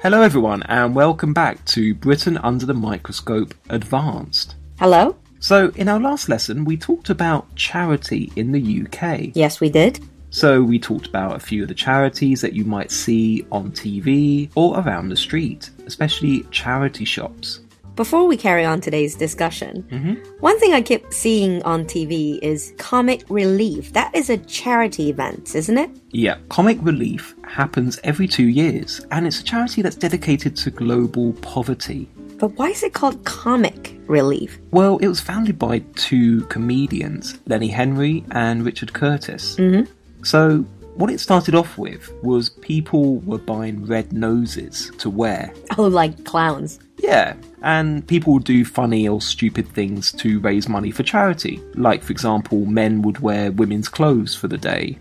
Hello, everyone, and welcome back to Britain Under the Microscope Advanced. Hello? So, in our last lesson, we talked about charity in the UK. Yes, we did. So, we talked about a few of the charities that you might see on TV or around the street, especially charity shops. Before we carry on today's discussion, Mm-hmm. one thing I kept seeing on TV is Comic Relief. That is a charity event, isn't it? Yeah, Comic Relief happens every two years, and it's a charity that's dedicated to global poverty. But why is it called Comic Relief? Well, it was founded by two comedians, Lenny Henry and Richard Curtis. Mm-hmm. So, what it started off with was people were buying red noses to wear. Oh, like clowns. Yeah, and people would do funny or stupid things to raise money for charity. Like, for example, men would wear women's clothes for the day.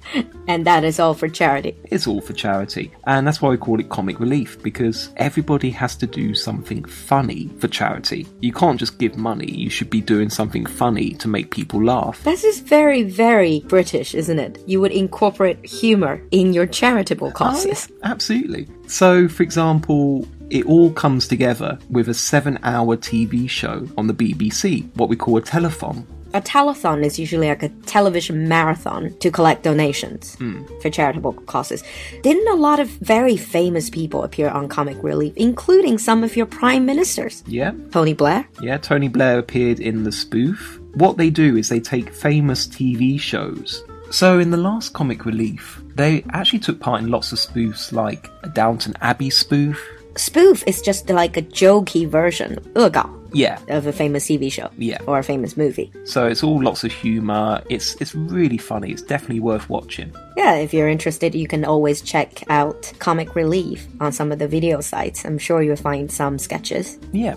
And that is all for charity. It's all for charity. And that's why we call it comic relief, because everybody has to do something funny for charity. You can't just give money, you should be doing something funny to make people laugh. This is very, very British, isn't it? You would incorporate humor in your charitable causes. Oh, yeah, absolutely. So, for example, it all comes together with a seven hour TV show on the BBC, what we call a telethon. A telethon is usually like a television marathon to collect donations for charitable causes. Didn't a lot of very famous people appear on Comic Relief, including some of your prime ministers? Yeah, Tony Blair? yeah, Tony Blair appeared in the spoof. What they do is they take famous TV shows. So in the last Comic Relief, they actually took part in lots of spoofs like a Downton Abbey spoof. Spoof is just like a jokey version, 恶搞, Yeah, of a famous TV show Yeah. or a famous movie. so it's all lots of humour. It's it's really funny. It's definitely worth watching. Yeah, if you're interested, you can always check out Comic Relief on some of the video sites. I'm sure you'll find some sketches. Yeah,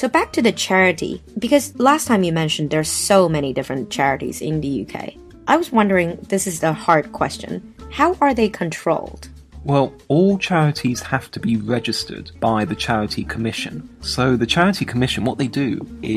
So back to the charity, because last time you mentioned there's so many different charities in the UK. I was wondering, this is the hard question. How are they controlled? Well, all charities have to be registered by the Charity Commission. So, the Charity Commission, what they do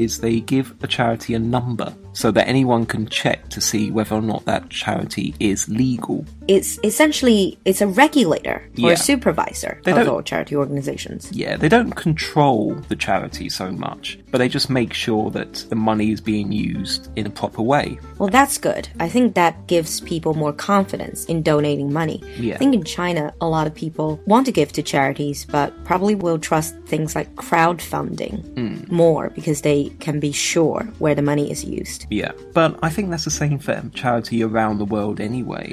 is they give a charity a number so that anyone can check to see whether or not that charity is legal. It's essentially it's a regulator or Yeah. a supervisor They of don't- all charity organizations. Yeah, they don't control the charity so much, but they just make sure that the money is being used in a proper way. Well, that's good. I think that gives people more confidence in donating money. Yeah. I think in China, a lot of people want to give to charities, but probably will trust things like crowdfunding Hmm. more because they can be sure where the money is used. Yeah, but I think that's the same for charity around the world anyway.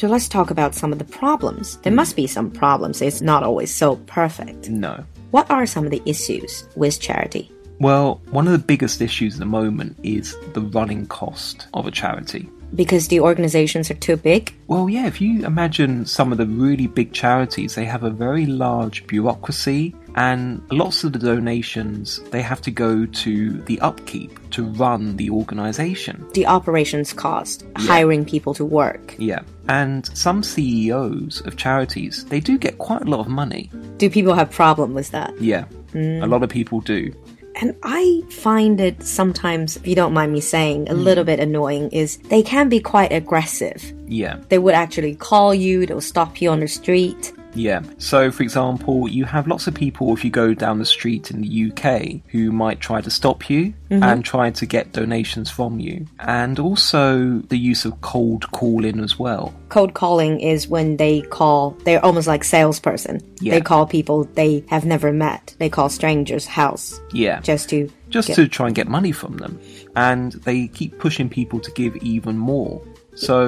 So let's talk about some of the problems. There must be some problems. It's not always so perfect. No. What are some of the issues with charity? Well, one of the biggest issues at the moment is the running cost of a charity. Because the organizations are too big? Well, yeah, if you imagine some of the really big charities, they have a very large bureaucracy, and lots of the donations they have to go to the upkeep to run the organization. The operations cost, hiring people to work. Yeah, and some CEOs of charities, they do get quite a lot of money. Do people have problem with that? Yeah, a lot of people do. And I find it sometimes, if you don't mind me saying, a little bit annoying is they can be quite aggressive. Yeah, They would actually call you, they'll stop you on the street. yeah. So, for example, you have lots of people if you go down the street in the UK who might try to stop you and try to get donations from you, and also the use of cold calling as well. Cold calling is when they call, they're almost like salesperson. Yeah. They call people they have never met. They call strangers house Yeah, just, just to to try and get money from them, and they keep pushing people to give even more. So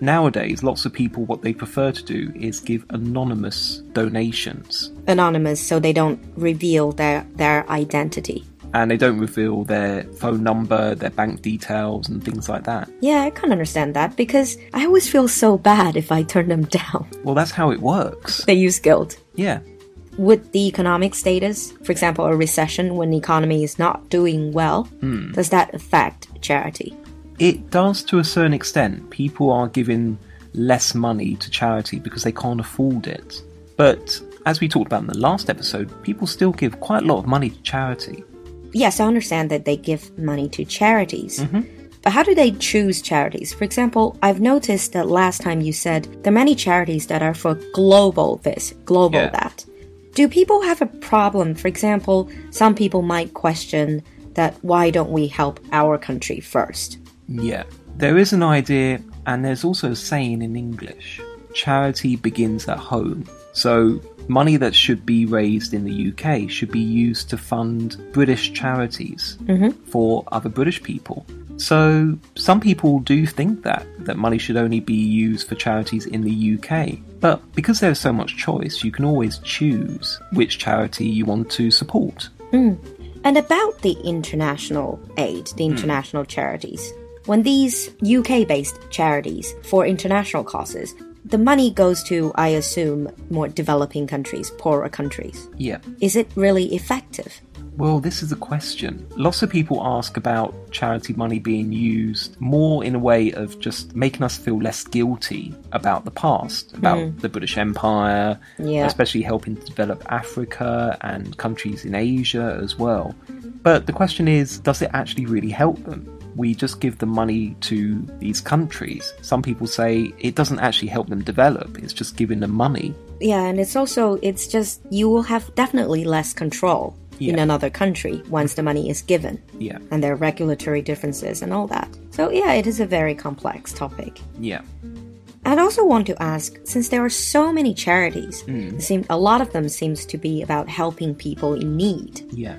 nowadays, lots of people what they prefer to do is give anonymous donations, anonymous so they don't reveal their, their identity. and they don't reveal their phone number, their bank details, and things like that. Yeah, I can understand that because I always feel so bad if I turn them down. Well, that's how it works. They use guilt. Yeah. Would the economic status, for example, a recession when the economy is not doing well, does that affect charity? It does to a certain extent. People are giving less money to charity because they can't afford it. But as we talked about in the last episode, people still give quite a lot of money to charity. Yes, I understand that they give money to charities. But how do they choose charities? For example, I've noticed that last time you said there are many charities that are for global this, global Yeah. that. Do people have a problem? For example, some people might question that why don't we help our country first? Yeah. There is an idea, and there's also a saying in English charity begins at home. So, money that should be raised in the UK should be used to fund British charities for other British people. So, some people do think that, that money should only be used for charities in the UK. But because there's so much choice, you can always choose which charity you want to support. And about the international aid, the international charities, when these UK based charities for international causes, the money goes to, I assume, more developing countries, poorer countries. Yeah. Is it really effective? Well, this is a question. Lots of people ask about charity money being used more in a way of just making us feel less guilty about the past, about the British Empire, Yeah. especially helping to develop Africa and countries in Asia as well. But the question is, does it actually really help them? We just give the money to these countries. Some people say it doesn't actually help them develop, it's just giving them money. Yeah, and it's also, it's just, you will have definitely less control in Yeah. another country once the money is given. Yeah, And there are regulatory differences and all that. So, yeah, it is a very complex topic. yeah. I'd also want to ask, since there are so many charities, seem, a lot of them seems to be about helping people in need. Yeah.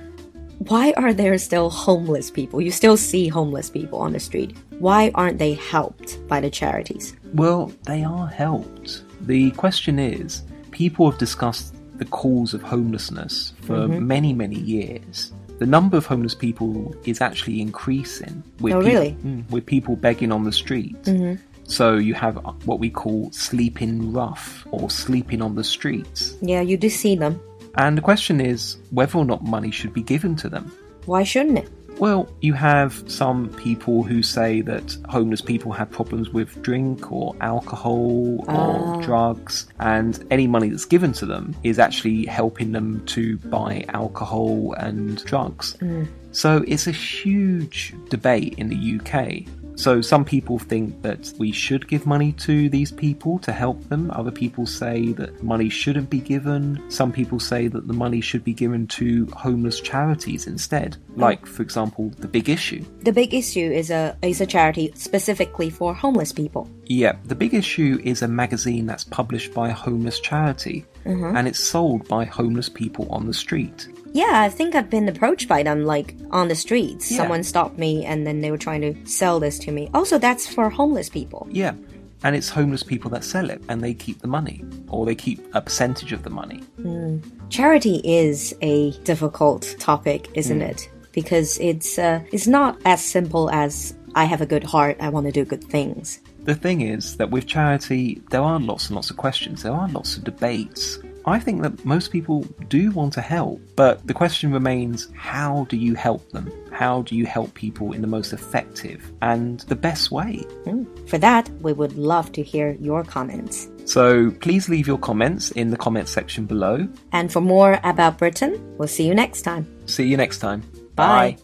Why are there still homeless people? You still see homeless people on the street. Why aren't they helped by the charities? Well, they are helped. The question is people have discussed the cause of homelessness for Mm-hmm. many, many years. The number of homeless people is actually increasing. With Oh, peop- really? Mm-hmm. mm, with people begging on the street. So you have what we call sleeping rough or sleeping on the streets. Yeah, you do see them. And the question is whether or not money should be given to them. Why shouldn't it? Well, you have some people who say that homeless people have problems with drink or alcohol or drugs, and any money that's given to them is actually helping them to buy alcohol and drugs. So it's a huge debate in the UK. So some people think that we should give money to these people to help them. Other people say that money shouldn't be given. Some people say that the money should be given to homeless charities instead, like for example, the Big Issue. The big issue is a is a charity specifically for homeless people. Yeah, the Big Issue is a magazine that's published by a homeless charity and it's sold by homeless people on the street. Yeah, I think I've been approached by them like on the streets. Yeah. Someone stopped me and then they were trying to sell this to me. Also, that's for homeless people. Yeah. And it's homeless people that sell it and they keep the money or they keep a percentage of the money. Charity is a difficult topic, isn't it? Because it's uh, it's not as simple as I have a good heart, I want to do good things. The thing is that with charity, there are lots and lots of questions, there are lots of debates. I think that most people do want to help, but the question remains how do you help them? How do you help people in the most effective and the best way? Hmm. For that, we would love to hear your comments. So please leave your comments in the comments section below. And for more about Britain, we'll see you next time. See you next time. Bye.